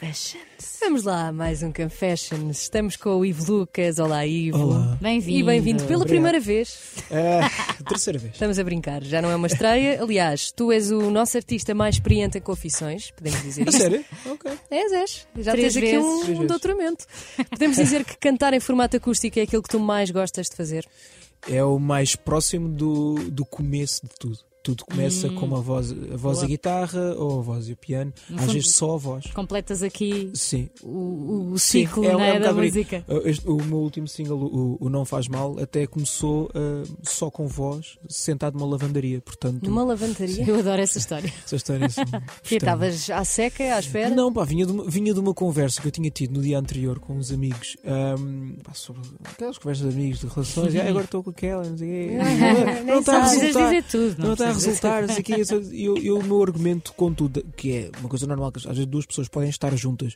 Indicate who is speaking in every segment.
Speaker 1: Confessions.
Speaker 2: Vamos lá, mais um Confessions. Estamos com o Ivo Lucas. Olá, Ivo.
Speaker 3: Olá.
Speaker 2: E
Speaker 1: Bem-vindo.
Speaker 2: bem-vindo pela primeira vez.
Speaker 3: Ah, terceira vez.
Speaker 2: Estamos a brincar, já não é uma estreia. Aliás, tu és o nosso artista mais experiente em confissões, podemos dizer
Speaker 3: A
Speaker 2: isto.
Speaker 3: sério? Ok.
Speaker 2: És, és. Já
Speaker 1: Três
Speaker 2: tens aqui
Speaker 1: vezes.
Speaker 2: um,
Speaker 3: Três vezes.
Speaker 2: doutoramento. Podemos dizer que cantar em formato acústico é aquilo que tu mais gostas de fazer.
Speaker 3: É o mais próximo do, do começo de tudo. Tudo começa com uma voz, a voz e a guitarra, ou a voz e o piano, às
Speaker 1: fundo-
Speaker 3: vezes só a voz.
Speaker 1: Completas aqui
Speaker 3: Sim.
Speaker 1: o, o
Speaker 3: Sim,
Speaker 1: ciclo
Speaker 3: é, um-
Speaker 1: né,
Speaker 3: é um
Speaker 1: da
Speaker 3: bocado
Speaker 1: música.
Speaker 3: brinco. Este- o meu último single, o, o Não Faz Mal, até começou ah, só com voz, sentado numa lavandaria. Portanto,
Speaker 2: Numa lavandaria.
Speaker 1: Eu adoro essa história.
Speaker 3: essa história assim,
Speaker 2: Porque estavas à seca, à espera.
Speaker 3: Não, pá, vinha de, uma, vinha de uma conversa que eu tinha tido no dia anterior com uns amigos ahm, pá, sobre aquelas conversas de amigos, de relações, e "Ah, agora estou com aquela, não sei o quê.
Speaker 2: Ah, nem
Speaker 3: Não está a
Speaker 2: sabes.
Speaker 1: Precisas
Speaker 3: resultar.
Speaker 1: dizer tudo.
Speaker 3: Não
Speaker 1: precisas
Speaker 3: está a resultar, não sei o quê. E eu- eu- o meu argumento, contudo, que é uma coisa normal, que às vezes duas pessoas podem estar juntas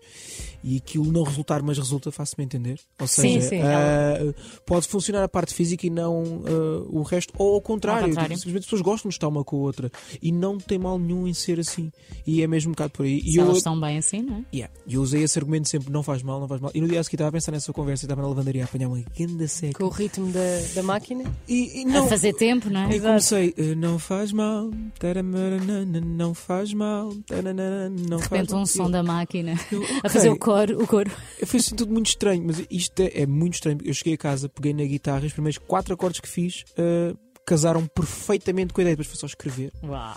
Speaker 3: e aquilo não resultar, mas resulta, faço-me entender. Ou
Speaker 2: Sim,
Speaker 3: seja,
Speaker 2: sim.
Speaker 3: ah, pode funcionar a parte física e não ah, o resto, ou ao contrário,
Speaker 1: Ao contrário.
Speaker 3: simplesmente as pessoas gostam de estar uma com a outra e não tem mal nenhum em ser assim. E é mesmo um bocado por aí.
Speaker 1: dizer.
Speaker 3: E
Speaker 1: Se
Speaker 3: eu-
Speaker 1: elas estão bem assim, não é?
Speaker 3: Yeah. E eu usei esse argumento sempre, não faz mal, não faz mal. E no dia a seguir estava a pensar nessa conversa e estava na lavandaria a apanhar uma grande seca.
Speaker 2: Com o ritmo da, da máquina.
Speaker 3: E, e
Speaker 1: A
Speaker 3: não.
Speaker 1: fazer tempo, não é?
Speaker 3: E comecei, eh, não faz mal, taramarana, não faz mal, taranana, não
Speaker 1: De
Speaker 3: faz
Speaker 1: repente
Speaker 3: mal.
Speaker 1: um som da máquina
Speaker 3: Eu- eu,
Speaker 1: a fazer o
Speaker 3: ok.
Speaker 1: coro. O coro.
Speaker 3: Foi assim tudo muito estranho, mas isto é, é muito estranho. Eu cheguei a casa, peguei na guitarra e os primeiros quatro acordes que fiz eh, casaram perfeitamente com a ideia. Depois foi só escrever.
Speaker 1: Uau.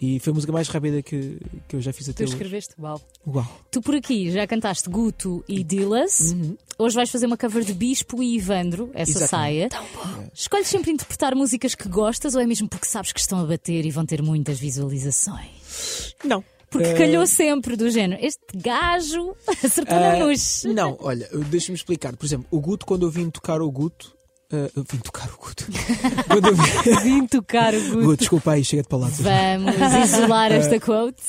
Speaker 3: E foi a música mais rápida que, que eu já fiz
Speaker 2: Tu
Speaker 3: até hoje.
Speaker 2: escreveste? Uau.
Speaker 3: Uau.
Speaker 1: Tu por aqui já cantaste Guto e Dillas.
Speaker 2: Uhum.
Speaker 1: Hoje vais fazer uma cover de Bispo e Ivandro, essa
Speaker 3: Exatamente.
Speaker 1: saia. Escolhes sempre interpretar músicas que gostas ou é mesmo porque sabes que estão a bater e vão ter muitas visualizações?
Speaker 3: Não.
Speaker 1: Porque
Speaker 3: Eh,
Speaker 1: calhou sempre do género. Este gajo acertou
Speaker 2: eh,
Speaker 1: na
Speaker 3: Ah,
Speaker 1: luz.
Speaker 3: Não, olha, deixa-me explicar. Por exemplo, o Guto, quando eu vim tocar o Guto. ah, eu vim tocar o Guto. quando eu vim.
Speaker 2: Vim tocar o Guto. Eh,
Speaker 3: Guto, desculpa aí, chega de palavras.
Speaker 1: Vamos isolar esta quote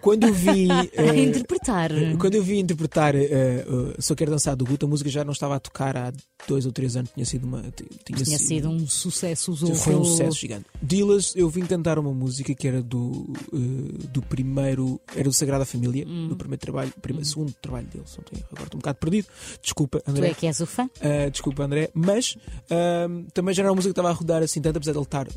Speaker 3: Quando eu vi.
Speaker 2: eh,
Speaker 1: a
Speaker 3: ah,
Speaker 1: interpretar.
Speaker 3: Quando eu vi interpretar uh, uh, Só Quero Dançar do Guto, a música já não estava a tocar há dois ou três anos, tinha sido uma. ti-
Speaker 1: Tinha sido um sucesso. horroroso.
Speaker 3: Foi um sucesso gigante. Dillas, eu vim cantar uma música que era do, uh, do primeiro. Era do Sagrada Família,
Speaker 1: Hum.
Speaker 3: do primeiro trabalho, primeiro, segundo trabalho dele. se não tenho erro, Agora estou um bocado perdido. Desculpa,
Speaker 1: Tu
Speaker 3: André.
Speaker 1: é que és o fã?
Speaker 3: Uh, desculpa, André, mas um, também já não era uma música que estava a rodar assim tanto, apesar de ele estar uh,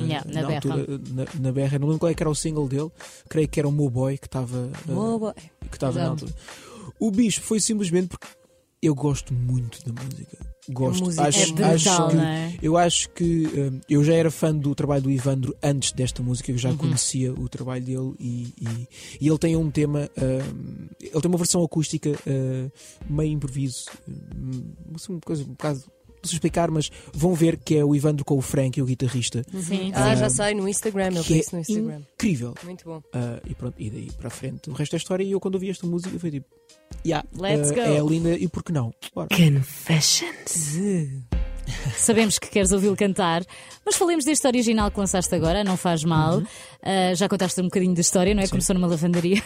Speaker 3: uh,
Speaker 1: Yeah, na berra.
Speaker 3: altura, uh, na, na berra. Não lembro qual é que era o single dele, creio que era o Meu Boy que estava uh,
Speaker 2: Boa, boa.
Speaker 3: que estava na
Speaker 1: Exato.
Speaker 3: altura. O bicho foi simplesmente porque eu gosto muito da música. Gosto.
Speaker 2: A música
Speaker 3: acho,
Speaker 1: é brutal,
Speaker 3: acho que,
Speaker 1: não é?
Speaker 3: Eu acho que hum, eu já era fã do trabalho do Ivandro antes desta música, eu já
Speaker 1: Uhum.
Speaker 3: conhecia o trabalho dele e, e- e ele tem um tema, hum, ele tem uma versão acústica hum, meio improviso, hum, assim, uma coisa um bocado. Não sei explicar, mas vão ver que é o Ivandro com o Frank e o guitarrista.
Speaker 1: Sim.
Speaker 2: Ah, já sai no Instagram, eu
Speaker 3: Então, é. que
Speaker 2: vi isso
Speaker 3: é
Speaker 2: no Instagram.
Speaker 3: incrível.
Speaker 2: Muito bom.
Speaker 3: Ah, e pronto, e daí para a frente. O resto é história. E eu, quando ouvi esta música, foi tipo: yeah,
Speaker 1: Let's
Speaker 3: ah,
Speaker 1: go.
Speaker 3: É linda, e por que não? Bora.
Speaker 2: Confessions.
Speaker 1: Sabemos que queres ouvi-lo cantar, mas falemos deste original que lançaste agora, não faz mal.
Speaker 3: Uhum.
Speaker 1: Ah, já contaste um bocadinho da história, não é? Começou numa lavandaria.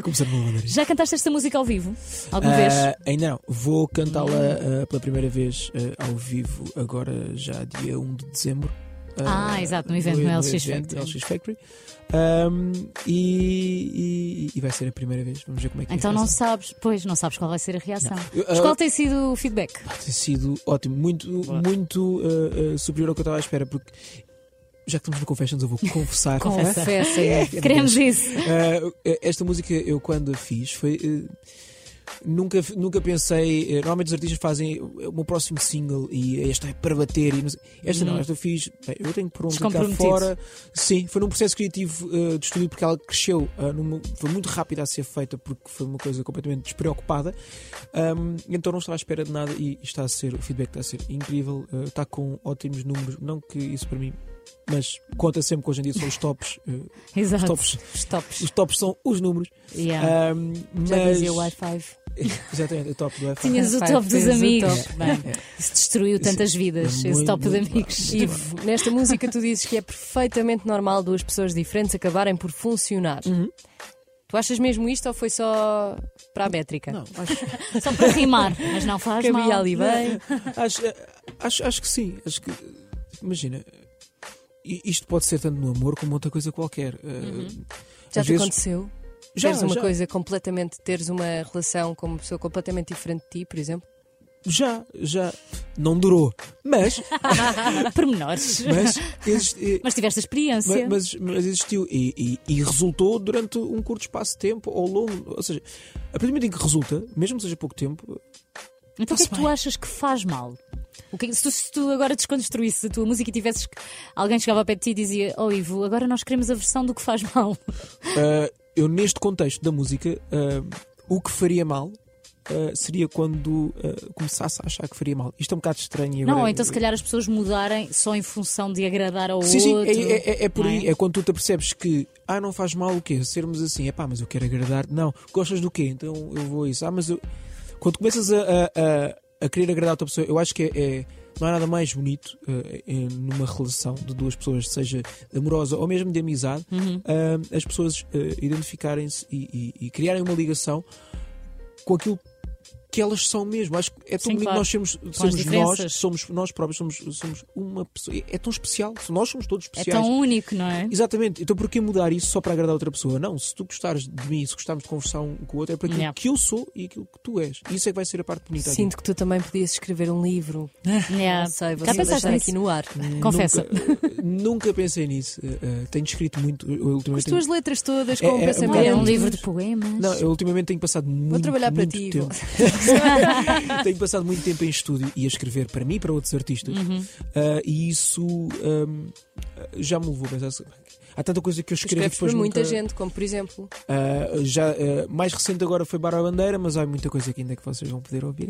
Speaker 3: Começar numa lavanderia.
Speaker 1: Já cantaste esta música ao vivo? Alguma vez?
Speaker 3: Ah, ainda não, vou cantá-la ah, pela primeira vez ah, ao vivo, agora já dia 1 de dezembro.
Speaker 1: Ah, exato, no evento no LX
Speaker 3: evento,
Speaker 1: Factory.
Speaker 3: LX Factory. Ahm, e, e- e vai ser a primeira vez, vamos ver como é que
Speaker 1: Então
Speaker 3: é
Speaker 1: não sabes, pois, não sabes qual vai ser a reação.
Speaker 3: Eu,
Speaker 1: Mas
Speaker 3: ah,
Speaker 1: qual tem sido o feedback?
Speaker 3: Pá, tem sido ótimo, muito, muito ah, ah, superior ao que eu estava à espera, porque já que estamos no Confessions, eu vou confessar. É,
Speaker 1: Confessa.
Speaker 2: Confessa.
Speaker 1: Queremos isso.
Speaker 3: Ah, esta música eu quando a fiz foi. eh, nunca, nunca pensei. eh, normalmente os artistas fazem o meu próximo single e esta é para bater. E não sei- Esta não, esta eu fiz. bem, eu tenho que pôr um bocado cá
Speaker 1: Descomprometido.
Speaker 3: fora. Sim, foi num processo criativo eh, de estúdio porque ela cresceu. ah, numa- foi muito rápida a ser feita porque foi uma coisa completamente despreocupada. Ahm, então não estava à espera de nada e está a ser. O feedback está a ser incrível. eh, está com ótimos números. Não que isso para mim. Mas conta sempre que hoje em dia são os tops. eh, os
Speaker 1: Exato.
Speaker 3: tops
Speaker 2: Stops.
Speaker 3: os tops são os números.
Speaker 1: Yeah.
Speaker 3: Ahm,
Speaker 2: Já
Speaker 3: mas...
Speaker 2: dizia o i5.
Speaker 3: Exatamente, o top do É, Wi-Fi.
Speaker 1: Tinhas o
Speaker 2: Vai,
Speaker 1: top dos
Speaker 2: fez o
Speaker 1: amigos.
Speaker 2: top.
Speaker 1: Bem, isso destruiu tantas vidas,
Speaker 3: é Muito,
Speaker 1: esse top de
Speaker 3: muito
Speaker 1: amigos.
Speaker 3: bem.
Speaker 1: Ivo,
Speaker 2: Ivo, nesta música tu dizes que é perfeitamente normal duas pessoas diferentes acabarem por funcionar.
Speaker 3: Uhum.
Speaker 2: Tu achas mesmo isto ou foi só para a métrica?
Speaker 3: é. Não, acho,
Speaker 1: Só para rimar, mas não faz
Speaker 2: Cabia
Speaker 1: mal.
Speaker 2: ali bem.
Speaker 3: acho, acho, acho que sim. Acho que, imagina, i- isto pode ser tanto no amor como outra coisa qualquer. Ah,
Speaker 2: Já
Speaker 3: às
Speaker 2: te
Speaker 3: vezes-
Speaker 2: aconteceu?
Speaker 3: Já,
Speaker 2: teres Uhum. uma
Speaker 3: já.
Speaker 2: coisa completamente, teres uma relação com uma pessoa completamente diferente de ti, por exemplo?
Speaker 3: Já, já. Não durou. Mas,
Speaker 1: Pormenores.
Speaker 3: mas, existe-
Speaker 1: Mas tiveste a experiência.
Speaker 3: mas, mas- mas existiu e, e- e resultou durante um curto espaço de tempo ao longo. Ou seja, a partir do momento em que resulta, mesmo que seja pouco tempo,
Speaker 1: Então o que é
Speaker 3: Está-se
Speaker 1: que tu
Speaker 3: bem.
Speaker 1: achas que faz mal? O que- se, tu, se tu agora desconstruísse a tua música e tivesses. que- Alguém chegava ao pé de ti e dizia: Oh Ivo, agora nós queremos a versão do que faz mal.
Speaker 3: ah, eu neste contexto da música, ah, o que faria mal ah, seria quando ah, começasse a achar que faria mal. Isto é um bocado estranho. e
Speaker 1: Não,
Speaker 3: agora-
Speaker 1: ou então se calhar as pessoas mudarem só em função de agradar ao
Speaker 3: Sim, sim,
Speaker 1: outro.
Speaker 3: é, é- é- é por
Speaker 1: não
Speaker 3: aí. É quando tu te apercebes que, ah, não faz mal o quê? Sermos assim, é pá, mas eu quero agradar. Não, gostas do quê? Então eu vou a isso. Ah, mas eu. Quando começas a, a, a- a querer agradar a outra pessoa, eu acho que é. é- não há nada mais bonito eh, eh, numa relação de duas pessoas, seja amorosa ou mesmo de amizade,
Speaker 1: Uhum.
Speaker 3: ah, as pessoas eh, identificarem-se e, e- e criarem uma ligação com aquilo que elas são mesmo. Acho que é tão
Speaker 1: Sim,
Speaker 3: bonito
Speaker 1: claro.
Speaker 3: nós sermos,
Speaker 1: as
Speaker 3: somos
Speaker 1: diferenças.
Speaker 3: nós, somos nós próprios, somos, somos uma pessoa. É, é tão especial. Nós somos todos
Speaker 1: É
Speaker 3: especiais.
Speaker 1: tão único, não é?
Speaker 3: Exatamente. Então porquê mudar isso só para agradar outra pessoa? Não, se tu gostares de mim, se gostarmos de conversar um com o outro, é para aquilo
Speaker 1: Yeah.
Speaker 3: que eu sou e aquilo que tu és. Isso é que vai ser a parte bonita aqui.
Speaker 2: Sinto que tu também podias escrever um livro.
Speaker 3: Ah,
Speaker 1: Yeah.
Speaker 2: Não sei, vou
Speaker 1: Já
Speaker 2: só
Speaker 1: pensaste
Speaker 2: deixar aqui
Speaker 1: nisso?
Speaker 2: no ar.
Speaker 1: Confessa.
Speaker 3: Nunca, eh, nunca pensei nisso. Eh, eh, tenho escrito muito. Eu,
Speaker 2: Com as
Speaker 3: ultimamente
Speaker 2: tuas letras todas, com
Speaker 3: É-
Speaker 2: o
Speaker 3: é-
Speaker 1: Não
Speaker 2: pensamento.
Speaker 1: era um
Speaker 3: Mas-
Speaker 1: livro de poemas.
Speaker 3: Não, eu ultimamente tenho passado muito,
Speaker 2: trabalhar para
Speaker 3: muito
Speaker 2: ti,
Speaker 3: tempo. tenho passado muito tempo em estúdio e a escrever para mim e para outros artistas.
Speaker 2: Uhum.
Speaker 3: Ah, e isso ahm, já me levou a pensar. assim, Há tanta coisa que eu escrevo
Speaker 2: Escreves
Speaker 3: depois
Speaker 2: para muita
Speaker 3: nunca-
Speaker 2: gente, como por exemplo.
Speaker 3: Ah, já, ah, mais recente agora foi Barra Bandeira, mas há muita coisa que ainda que vocês vão poder ouvir.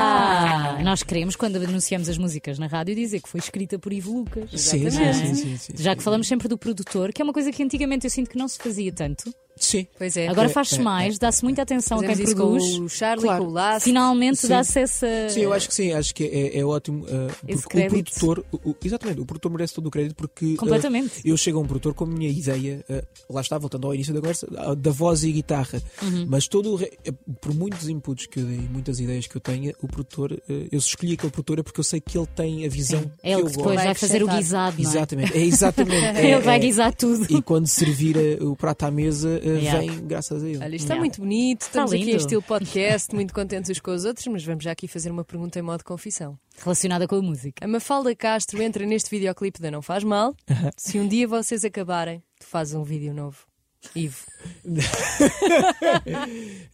Speaker 1: Ah, nós queremos, quando anunciamos as músicas na rádio, dizer que foi escrita por Ivo Lucas.
Speaker 3: sim, sim,
Speaker 1: Exatamente.
Speaker 3: sim, sim, sim.
Speaker 1: Já que falamos sempre do produtor, que é uma coisa que antigamente eu sinto que não se fazia tanto.
Speaker 3: Sim.
Speaker 2: Pois é.
Speaker 1: Agora
Speaker 3: É,
Speaker 1: faz-se
Speaker 3: é,
Speaker 1: mais, dá-se muita atenção
Speaker 2: Fazemos
Speaker 1: a Então, quem
Speaker 2: isso
Speaker 1: produz.
Speaker 2: com o Charlie,
Speaker 3: Claro.
Speaker 2: com o Laço.
Speaker 1: Finalmente
Speaker 3: Sim.
Speaker 1: dá-se essa.
Speaker 3: Sim, eu acho que sim, acho que é, é ótimo. ah,
Speaker 1: Esse
Speaker 3: porque o
Speaker 1: crédito.
Speaker 3: produtor, o- o- exatamente, o produtor merece todo o crédito porque ah,
Speaker 1: Completamente.
Speaker 3: eu chego a um produtor com a minha ideia, ah, lá está, voltando ao início da conversa, ah, da voz e guitarra.
Speaker 1: Uhum.
Speaker 3: Mas todo o re- eh, por muitos inputs que eu dei, muitas ideias que eu tenha, o produtor, ah, eu escolhi aquele produtor é porque eu sei que ele tem a visão
Speaker 1: É ele
Speaker 3: eu
Speaker 1: que depois
Speaker 3: gosto.
Speaker 1: vai
Speaker 2: Vai
Speaker 1: fazer o
Speaker 2: acrescentar.
Speaker 1: guisado, não é?
Speaker 3: Exatamente, é exatamente.
Speaker 1: Ele vai
Speaker 3: é-
Speaker 1: guisar tudo.
Speaker 3: E quando servir ah, o prato à mesa, ah,
Speaker 1: Yeah.
Speaker 3: vem graças a ele.
Speaker 2: Olha, isto está
Speaker 1: Yeah.
Speaker 2: muito bonito, estamos aqui
Speaker 1: lindo.
Speaker 2: a estilo podcast, muito contentes uns com os outros, mas vamos já aqui fazer uma pergunta em modo confissão.
Speaker 1: Relacionada com a música.
Speaker 2: A Mafalda Castro entra neste videoclipe da Não Faz Mal. Se um dia vocês acabarem, tu fazes um vídeo novo. Ivo.
Speaker 3: Não,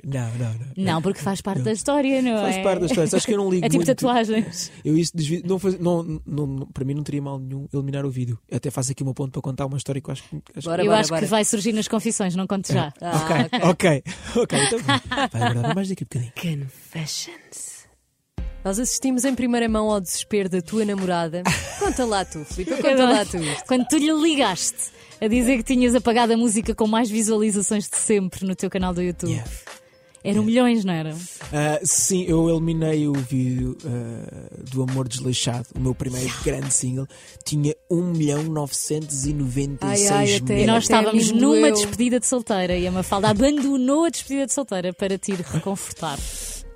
Speaker 3: não, É. não.
Speaker 1: Não, porque faz parte da história, não é?
Speaker 3: Faz parte das coisas. Acho que eu não ligo
Speaker 1: É tipo
Speaker 3: muito.
Speaker 1: tatuagens.
Speaker 3: Eu isso desvi- não faz- não- não- não- para mim não teria mal nenhum eliminar o vídeo. Eu até faço aqui um ponto para contar uma história que eu acho que. acho que-
Speaker 2: Bora,
Speaker 1: eu
Speaker 2: bora,
Speaker 1: acho
Speaker 2: bora.
Speaker 1: que vai surgir nas confissões, não
Speaker 3: É.
Speaker 1: conto já.
Speaker 2: Ah,
Speaker 3: ok, ok, ok. Então vai aguardar mais daqui a bocadinho.
Speaker 2: Confessions. Nós assistimos em primeira mão ao desespero da tua namorada. Conta lá tu, Filipe, conta lá tu.
Speaker 1: É Quando tu lhe ligaste a dizer que tinhas apagado a música com mais visualizações de sempre no teu canal do YouTube.
Speaker 3: Yeah.
Speaker 1: Eram milhões, não eram?
Speaker 3: Ah, sim, eu eliminei o vídeo ah, do Amor Desleixado, o meu primeiro grande single. Tinha 1 milhão 996
Speaker 2: Ai, ai, até-
Speaker 1: E
Speaker 3: mil.
Speaker 1: nós
Speaker 2: até a
Speaker 1: estávamos
Speaker 2: mim me
Speaker 1: numa
Speaker 2: doeu.
Speaker 1: despedida de solteira e a Mafalda abandonou a despedida de solteira para te ir reconfortar,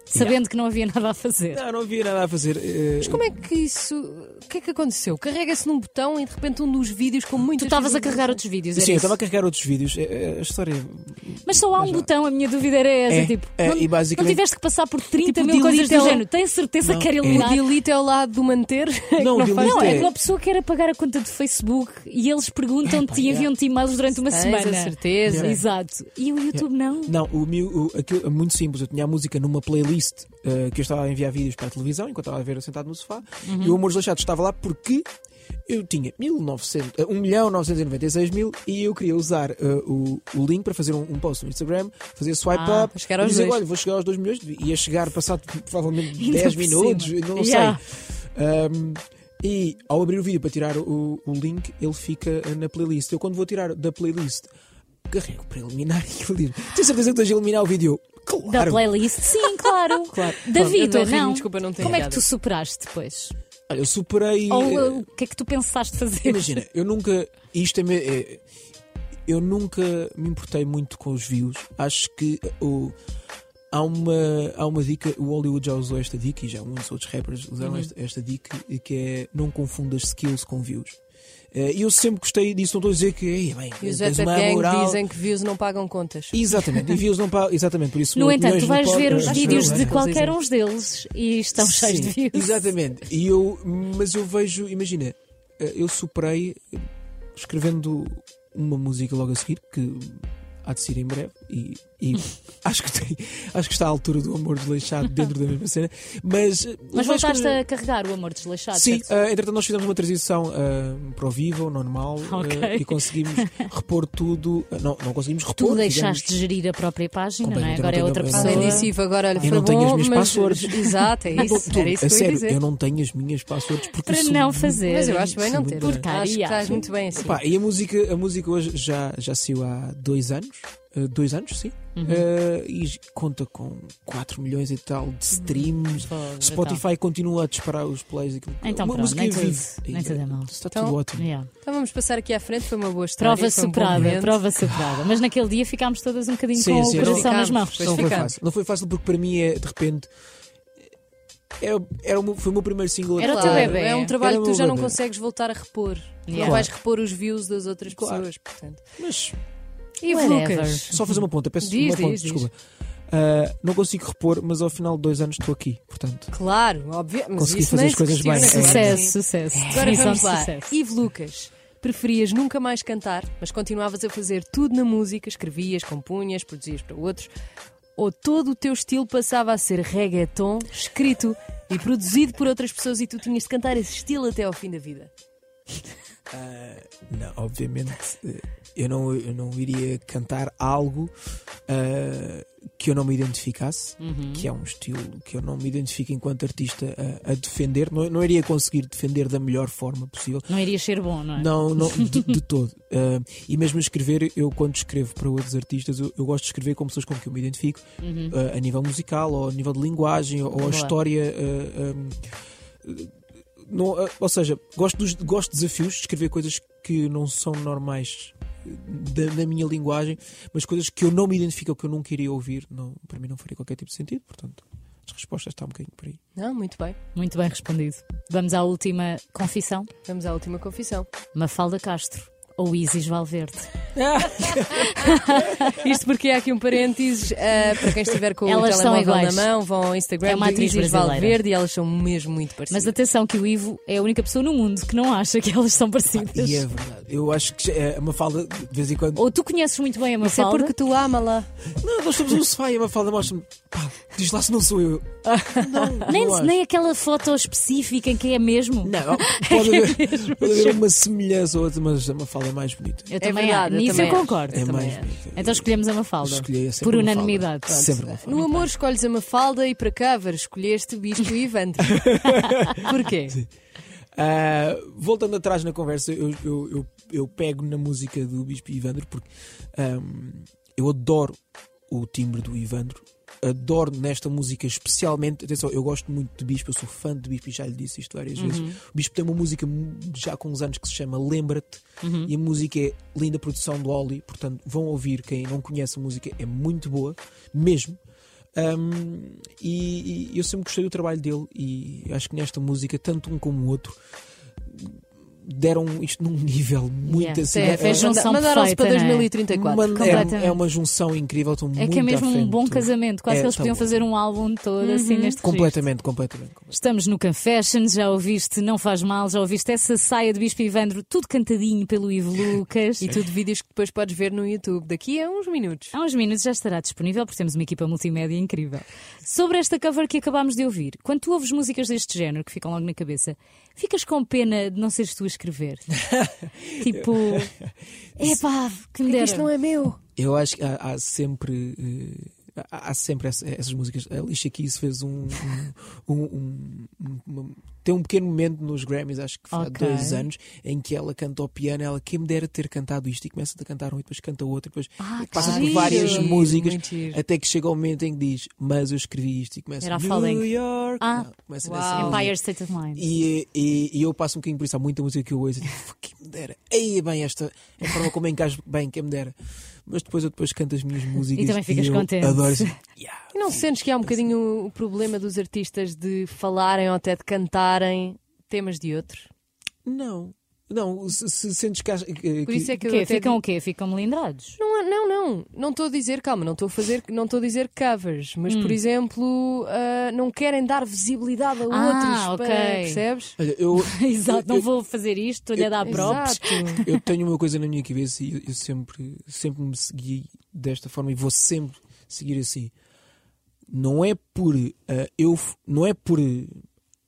Speaker 1: sabendo que não havia nada a fazer.
Speaker 3: Não, não havia nada a fazer. eh,
Speaker 2: Mas como é que isso. O que é que aconteceu? Carrega-se num botão e de repente um dos vídeos com
Speaker 1: Tu
Speaker 2: muitas.
Speaker 1: estavas a carregar
Speaker 2: visualizações.
Speaker 1: outros vídeos, era
Speaker 3: Sim, eu
Speaker 1: É isso?
Speaker 3: estava a carregar outros vídeos. Eh, eh, A história
Speaker 1: mas só há um botão, a minha dúvida era essa.
Speaker 3: É,
Speaker 1: tipo,
Speaker 3: é,
Speaker 1: não,
Speaker 3: e basicamente-
Speaker 1: não tiveste que passar por 30
Speaker 2: Tipo,
Speaker 1: mil coisas do
Speaker 2: delete é o-
Speaker 1: género. Tenho certeza que era
Speaker 3: é-
Speaker 1: eliminar.
Speaker 2: O delete é o lado do manter.
Speaker 3: Não,
Speaker 2: que
Speaker 3: o
Speaker 2: faz-
Speaker 1: Não,
Speaker 3: Isto
Speaker 1: é
Speaker 3: é-
Speaker 1: que uma pessoa quer apagar a conta do Facebook e eles perguntam-te e enviam-te e-mails durante uma
Speaker 2: Tens a
Speaker 1: semana.
Speaker 2: certeza.
Speaker 1: Exato. E o YouTube não.
Speaker 3: Não, o meu, o- aquilo é muito simples. Eu tinha a música numa playlist eh, que eu estava a enviar vídeos para a televisão enquanto estava a ver sentado no sofá.
Speaker 1: Uhum.
Speaker 3: E o Amores Leixados estava lá porque eu tinha 1900, eh, 1.996.000 e eu queria usar eh, o, o link para fazer um, um post no Instagram, fazer swipe
Speaker 1: Ah,
Speaker 3: up,
Speaker 2: para chegar aos
Speaker 3: e dizer,
Speaker 2: dois.
Speaker 3: olha, vou chegar aos 2 milhões, ia chegar passado provavelmente
Speaker 1: Ainda
Speaker 3: 10
Speaker 1: por
Speaker 3: minutos,
Speaker 1: cima.
Speaker 3: não
Speaker 1: Yeah.
Speaker 3: sei. Ahm, e ao abrir o vídeo para tirar o, o link, ele fica eh, na playlist. Eu quando vou tirar da playlist, carrego para eliminar e ele diz: Tens certeza que estás a eliminar o vídeo? Claro!
Speaker 1: Da playlist, sim, claro. Da
Speaker 2: Pronto, eu estou
Speaker 1: vida,
Speaker 2: a rir-me,
Speaker 1: não.
Speaker 2: desculpa, não tenho
Speaker 1: Como é que
Speaker 2: piada.
Speaker 1: tu superaste depois?
Speaker 3: Olha, eu superei.
Speaker 1: Ou
Speaker 3: eh,
Speaker 1: uh, o que é que tu pensaste fazer?
Speaker 3: Imagina, eu nunca. Isto é. me- é- Eu nunca me importei muito com os views. Acho que eh, o. Há uma, há uma dica, o Hollywood já usou esta dica
Speaker 1: Uhum.
Speaker 3: e já muitos outros rappers usaram esta, esta dica, e que é não confundas skills com views. Eh, Eh, E eu sempre gostei disso, não estou a dizer que, "Ei, bem,
Speaker 2: E os
Speaker 3: tens
Speaker 2: Zeta
Speaker 3: uma
Speaker 2: Gang
Speaker 3: moral."
Speaker 2: dizem que views não pagam contas.
Speaker 3: Exatamente, e views não pagam. Exatamente, por isso
Speaker 1: No
Speaker 3: milhões
Speaker 1: entanto, tu
Speaker 3: não
Speaker 1: vais
Speaker 3: pagam-
Speaker 1: ver os
Speaker 3: Acho
Speaker 1: vídeos
Speaker 3: eu,
Speaker 1: de
Speaker 3: né?
Speaker 1: qualquer um deles e estão cheios de
Speaker 3: Sim,
Speaker 1: views.
Speaker 3: Exatamente. E eu, mas eu vejo, imagina, eh, eu superei eh, escrevendo uma música logo a seguir, que há de sair em breve, e, e acho, que tem- acho que está à altura do amor desleixado dentro da mesma cena. Mas, eh,
Speaker 1: Mas
Speaker 3: vejo
Speaker 1: voltaste
Speaker 3: que-
Speaker 1: a carregar o amor desleixado.
Speaker 3: Sim,
Speaker 1: certo?
Speaker 3: eh, entretanto, nós fizemos uma transição eh, para o vivo, normal,
Speaker 1: Ok.
Speaker 3: eh, e conseguimos repor tudo. eh, não, não conseguimos repor.
Speaker 1: Tu
Speaker 3: fizemos-
Speaker 1: deixaste de gerir a própria página, não é?
Speaker 3: Completamente,
Speaker 1: Agora
Speaker 3: eu
Speaker 1: é
Speaker 3: não
Speaker 1: outra
Speaker 3: tenho-
Speaker 1: pessoa.
Speaker 3: eu
Speaker 2: Além
Speaker 3: não-
Speaker 2: disso, Ivo, agora olha,
Speaker 3: Eu não
Speaker 2: foi
Speaker 3: tenho
Speaker 2: bom,
Speaker 3: as minhas
Speaker 2: mas...
Speaker 3: passwords.
Speaker 2: Exato, é isso. Era isso
Speaker 3: a
Speaker 2: que eu ia
Speaker 3: sério,
Speaker 2: dizer.
Speaker 3: eu não tenho as minhas passwords porque
Speaker 1: Para
Speaker 3: sou
Speaker 1: não
Speaker 3: muito
Speaker 1: fazer.
Speaker 2: Mas eu acho bem não
Speaker 3: Sim,
Speaker 2: ter.
Speaker 1: porcaria.
Speaker 2: Acho que estás muito bem assim.
Speaker 3: Pá, e a música, a música hoje já, já saiu há dois anos, eh, dois anos, sim,
Speaker 1: Uhum.
Speaker 3: Eh, e conta com 4 milhões e tal de streams.
Speaker 1: Fogo,
Speaker 3: Spotify continua a disparar os plays. e aquilo-
Speaker 1: Então
Speaker 3: Uma
Speaker 1: pronto,
Speaker 3: música
Speaker 1: nem
Speaker 3: vive.
Speaker 1: tudo- nem tudo é mau.
Speaker 3: Está
Speaker 2: Então,
Speaker 3: tudo ótimo.
Speaker 1: então. Yeah.
Speaker 2: Então vamos passar aqui à frente, foi uma boa história.
Speaker 1: Prova
Speaker 2: foi um bom
Speaker 1: superada,
Speaker 2: momento.
Speaker 1: prova superada. Mas naquele dia ficámos todas um bocadinho
Speaker 3: Sim,
Speaker 1: com
Speaker 3: sim,
Speaker 1: o
Speaker 3: não-
Speaker 1: coração nas
Speaker 2: Ficámos,
Speaker 1: mãos.
Speaker 2: pois
Speaker 3: não foi
Speaker 2: ficamos.
Speaker 3: fácil. Não foi fácil porque para mim é, de repente, era, era o meu- foi o meu primeiro single. a
Speaker 1: Era o teu
Speaker 3: tocar.
Speaker 1: bebê.
Speaker 2: É um trabalho
Speaker 3: Era
Speaker 2: que tu
Speaker 3: o
Speaker 2: já não
Speaker 3: bebé.
Speaker 2: consegues voltar a repor.
Speaker 1: Yeah.
Speaker 2: Não vais repor os views das outras
Speaker 3: Claro.
Speaker 2: pessoas, portanto.
Speaker 3: Mas
Speaker 2: E
Speaker 1: Whatever.
Speaker 2: Lucas?
Speaker 3: só fazer uma ponta, peço
Speaker 2: Diz,
Speaker 3: uma ponta,
Speaker 2: diz, diz.
Speaker 3: desculpa. Ah, não consigo repor, mas ao final de dois anos estou aqui, portanto.
Speaker 2: Claro, obviamente. Mas
Speaker 3: Consegui
Speaker 2: isso
Speaker 3: fazer
Speaker 2: nem
Speaker 3: as
Speaker 2: se é?
Speaker 3: coisas
Speaker 2: questiona,
Speaker 3: bem.
Speaker 2: claro
Speaker 1: Sucesso,
Speaker 2: que sim.
Speaker 1: sucesso.
Speaker 3: É.
Speaker 2: Agora
Speaker 1: Definição
Speaker 2: vamos
Speaker 1: de
Speaker 2: lá.
Speaker 1: sucesso.
Speaker 2: Ivo Lucas, preferias nunca mais cantar, mas continuavas a fazer tudo na música, escrevias, compunhas, produzias para outros, ou todo o teu estilo passava a ser reggaeton, escrito e produzido por outras pessoas e tu tinhas de cantar esse estilo até ao fim da vida?
Speaker 3: Não, obviamente eh, eu não, eu não iria cantar algo ah, que eu não me identificasse, que é um estilo que eu não me identifico enquanto artista a, a defender. Não, não iria conseguir defender da melhor forma possível.
Speaker 1: Não iria ser bom, não é?
Speaker 3: Não, não de, de todo. Ah, e mesmo a escrever, eu quando escrevo para outros artistas, eu, eu gosto de escrever com pessoas com que eu me identifico, ah, a nível musical, ou a nível de linguagem, ou, ou a
Speaker 1: Boa.
Speaker 3: história. ah, ah, não, ah, ou seja, gosto, dos, gosto de desafios, de escrever coisas que não são normais ah, da, na minha linguagem, mas coisas que eu não me identifico ou que eu não queria ouvir, não, para mim não faria qualquer tipo de sentido, portanto, as respostas estão um bocadinho por aí.
Speaker 2: Não, muito bem.
Speaker 1: Muito bem respondido. Vamos à última confissão.
Speaker 2: Vamos à última confissão.
Speaker 1: Mafalda Castro ou Isis Valverde.
Speaker 2: Isto porque há aqui um parênteses ah, para quem estiver com
Speaker 1: Elas
Speaker 2: o
Speaker 1: são
Speaker 2: telemóvel na
Speaker 1: iguais.
Speaker 2: mão, vão ao Instagram
Speaker 1: É uma
Speaker 2: do
Speaker 1: atriz
Speaker 2: Inês
Speaker 1: brasileira.
Speaker 2: Valverde e elas são mesmo muito parecidas.
Speaker 1: Mas atenção que o Ivo é a única pessoa no mundo que não acha que elas são parecidas.
Speaker 3: E é verdade, eu acho que é uma falda de vez em quando.
Speaker 1: Ou tu conheces muito bem a
Speaker 2: Isso é
Speaker 1: Mafalda.
Speaker 2: porque tu ama-la.
Speaker 3: Não, nós estamos no sofá e a Mafalda mostra-me. Pá, diz lá se não sou eu. Ah, não,
Speaker 1: nem,
Speaker 3: não acho.
Speaker 1: nem aquela foto específica em que é mesmo.
Speaker 3: Não, pode
Speaker 1: É
Speaker 3: haver, pode haver uma semelhança ou outra, mas a Mafalda é mais bonita.
Speaker 1: Eu também acho.
Speaker 2: verdade, eu
Speaker 1: Nisso eu,
Speaker 2: também acho.
Speaker 1: concordo.
Speaker 3: É mais
Speaker 2: acho.
Speaker 3: bonita.
Speaker 1: Então escolhemos a Mafalda.
Speaker 3: Escolhi sempre
Speaker 1: Por
Speaker 3: a Mafalda.
Speaker 1: unanimidade. pronto.
Speaker 3: Sempre a Mafalda.
Speaker 2: No amor escolhes a Mafalda e para cover escolheste Bispo e Evandro. Porquê?
Speaker 3: Ah, voltando atrás na conversa, eu, eu, eu, eu pego na música do Bispo Ivandro porque ahm, eu adoro o timbre do Ivandro. Adoro nesta música especialmente. Atenção, eu gosto muito de Bispo, eu sou fã de Bispo e já lhe disse isto várias vezes. O Bispo tem uma música mu- já com uns anos que se chama Lembra-te
Speaker 1: Uhum.
Speaker 3: e a música é linda produção do Oli. Portanto, vão ouvir. Quem não conhece a música é muito boa, mesmo. Um, e, e eu sempre gostei do trabalho dele e acho que nesta música, tanto um como o outro, deram isto num nível muito
Speaker 1: Yeah.
Speaker 3: assim.
Speaker 1: É,
Speaker 3: é-
Speaker 1: fez
Speaker 3: é-
Speaker 1: um- junção
Speaker 2: Mandaram-se para
Speaker 1: perfeita, não é?
Speaker 2: 2034.
Speaker 3: uma- é-
Speaker 1: completamente.
Speaker 3: é, uma junção incrível, estão
Speaker 1: É
Speaker 3: muito
Speaker 1: que é mesmo
Speaker 3: à frente.
Speaker 1: um bom casamento. Quase
Speaker 3: É,
Speaker 1: que eles
Speaker 3: tá
Speaker 1: podiam
Speaker 3: bom. Uhum.
Speaker 1: fazer um álbum todo assim neste registro.
Speaker 3: Completamente, completamente. completamente.
Speaker 1: Estamos no Confession, já ouviste Não Faz Mal, já ouviste essa saia de Bispo Ivandro, tudo cantadinho pelo Ivo Lucas.
Speaker 2: E tudo vídeos que depois podes ver no YouTube daqui a uns minutos.
Speaker 1: Há uns minutos já estará disponível porque temos uma equipa multimédia incrível. Sobre esta cover que acabámos de ouvir, quando tu ouves músicas deste género que ficam logo na cabeça, ficas com pena de não seres tu a escrever? tipo, epá, que me
Speaker 2: Isto não
Speaker 1: deram.
Speaker 2: é meu.
Speaker 3: Eu acho que há, há sempre. eh, há, há sempre essa- essas músicas. A Lixa Keys fez um. um- um- um- um- uma- tem um pequeno momento nos Grammys, acho que foi
Speaker 1: Ok.
Speaker 3: há dois anos, em que ela canta ao piano. Ela, quem me dera ter cantado isto, e começa a cantar um e depois canta outro, e depois
Speaker 1: Ah, que
Speaker 3: passa por
Speaker 1: giro.
Speaker 3: várias
Speaker 1: Giro,
Speaker 3: músicas,
Speaker 2: muito giro.
Speaker 3: até que chega o momento em que diz, mas eu escrevi isto, e começa
Speaker 1: Era a
Speaker 3: New
Speaker 1: Falling.
Speaker 3: York.
Speaker 1: Ah.
Speaker 3: Não, começa
Speaker 2: Uau.
Speaker 3: nessa música.
Speaker 1: Empire State of Mind.
Speaker 3: E, e- e eu passo um bocadinho por isso. Há muita música que eu ouço e digo, "Fuck, que me dera. Ei, bem, esta é a forma como encaixo bem, que me dera. Mas depois eu depois canto as minhas músicas.
Speaker 1: E também ficas
Speaker 3: eu
Speaker 1: contente.
Speaker 3: Adoro isso. Yeah.
Speaker 2: E não sentes que há um bocadinho o problema dos artistas de falarem ou até de cantarem temas de outros?
Speaker 3: Não. Não, se, se sentes que, há- que-
Speaker 2: Por isso é que
Speaker 1: O
Speaker 2: eu
Speaker 1: quê?
Speaker 2: até
Speaker 1: Ficam o quê? Ficam melindrados.
Speaker 2: Não, não, não. Não estou a dizer, calma, não estou a fazer, não estou a dizer covers, mas
Speaker 1: Hum.
Speaker 2: por exemplo, ah, não querem dar visibilidade a
Speaker 1: Ah,
Speaker 2: outros,
Speaker 1: ok.
Speaker 2: para- percebes?
Speaker 3: Olha, eu,
Speaker 1: Exato, não vou fazer isto, estou-lhe a dar Ah, props.
Speaker 2: Exato.
Speaker 3: eu tenho uma coisa na minha cabeça e eu, eu sempre, sempre me segui desta forma e vou sempre seguir assim. Não é por ah, eu, f- não é por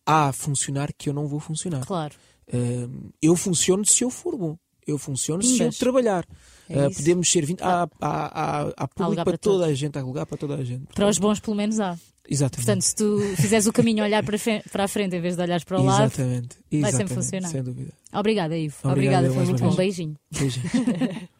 Speaker 3: ah, A funcionar que eu não vou funcionar.
Speaker 1: Claro.
Speaker 3: Ahm, eu funciono se eu for bom. Eu funciono se eu
Speaker 1: Pimbas.
Speaker 3: trabalhar.
Speaker 2: É
Speaker 3: Ah,
Speaker 2: isso.
Speaker 3: podemos ser 20. Há, há, há, há público
Speaker 1: lugar
Speaker 3: para
Speaker 1: para
Speaker 3: toda a gente, há lugar para toda a gente.
Speaker 1: Para os bons, pelo menos há.
Speaker 3: Exatamente.
Speaker 1: Portanto, se tu fizeres o caminho a olhar para, fe- para a frente em vez de olhares para o lado.
Speaker 3: Exatamente.
Speaker 1: sempre
Speaker 3: Exatamente.
Speaker 1: funcionar.
Speaker 3: Sem dúvida.
Speaker 1: Obrigada, Ivo.
Speaker 3: Obrigado,
Speaker 2: Obrigada,
Speaker 3: eu
Speaker 2: foi
Speaker 3: mais
Speaker 2: muito
Speaker 3: uma
Speaker 1: Um
Speaker 3: vez.
Speaker 1: beijinho.
Speaker 3: Beijinho.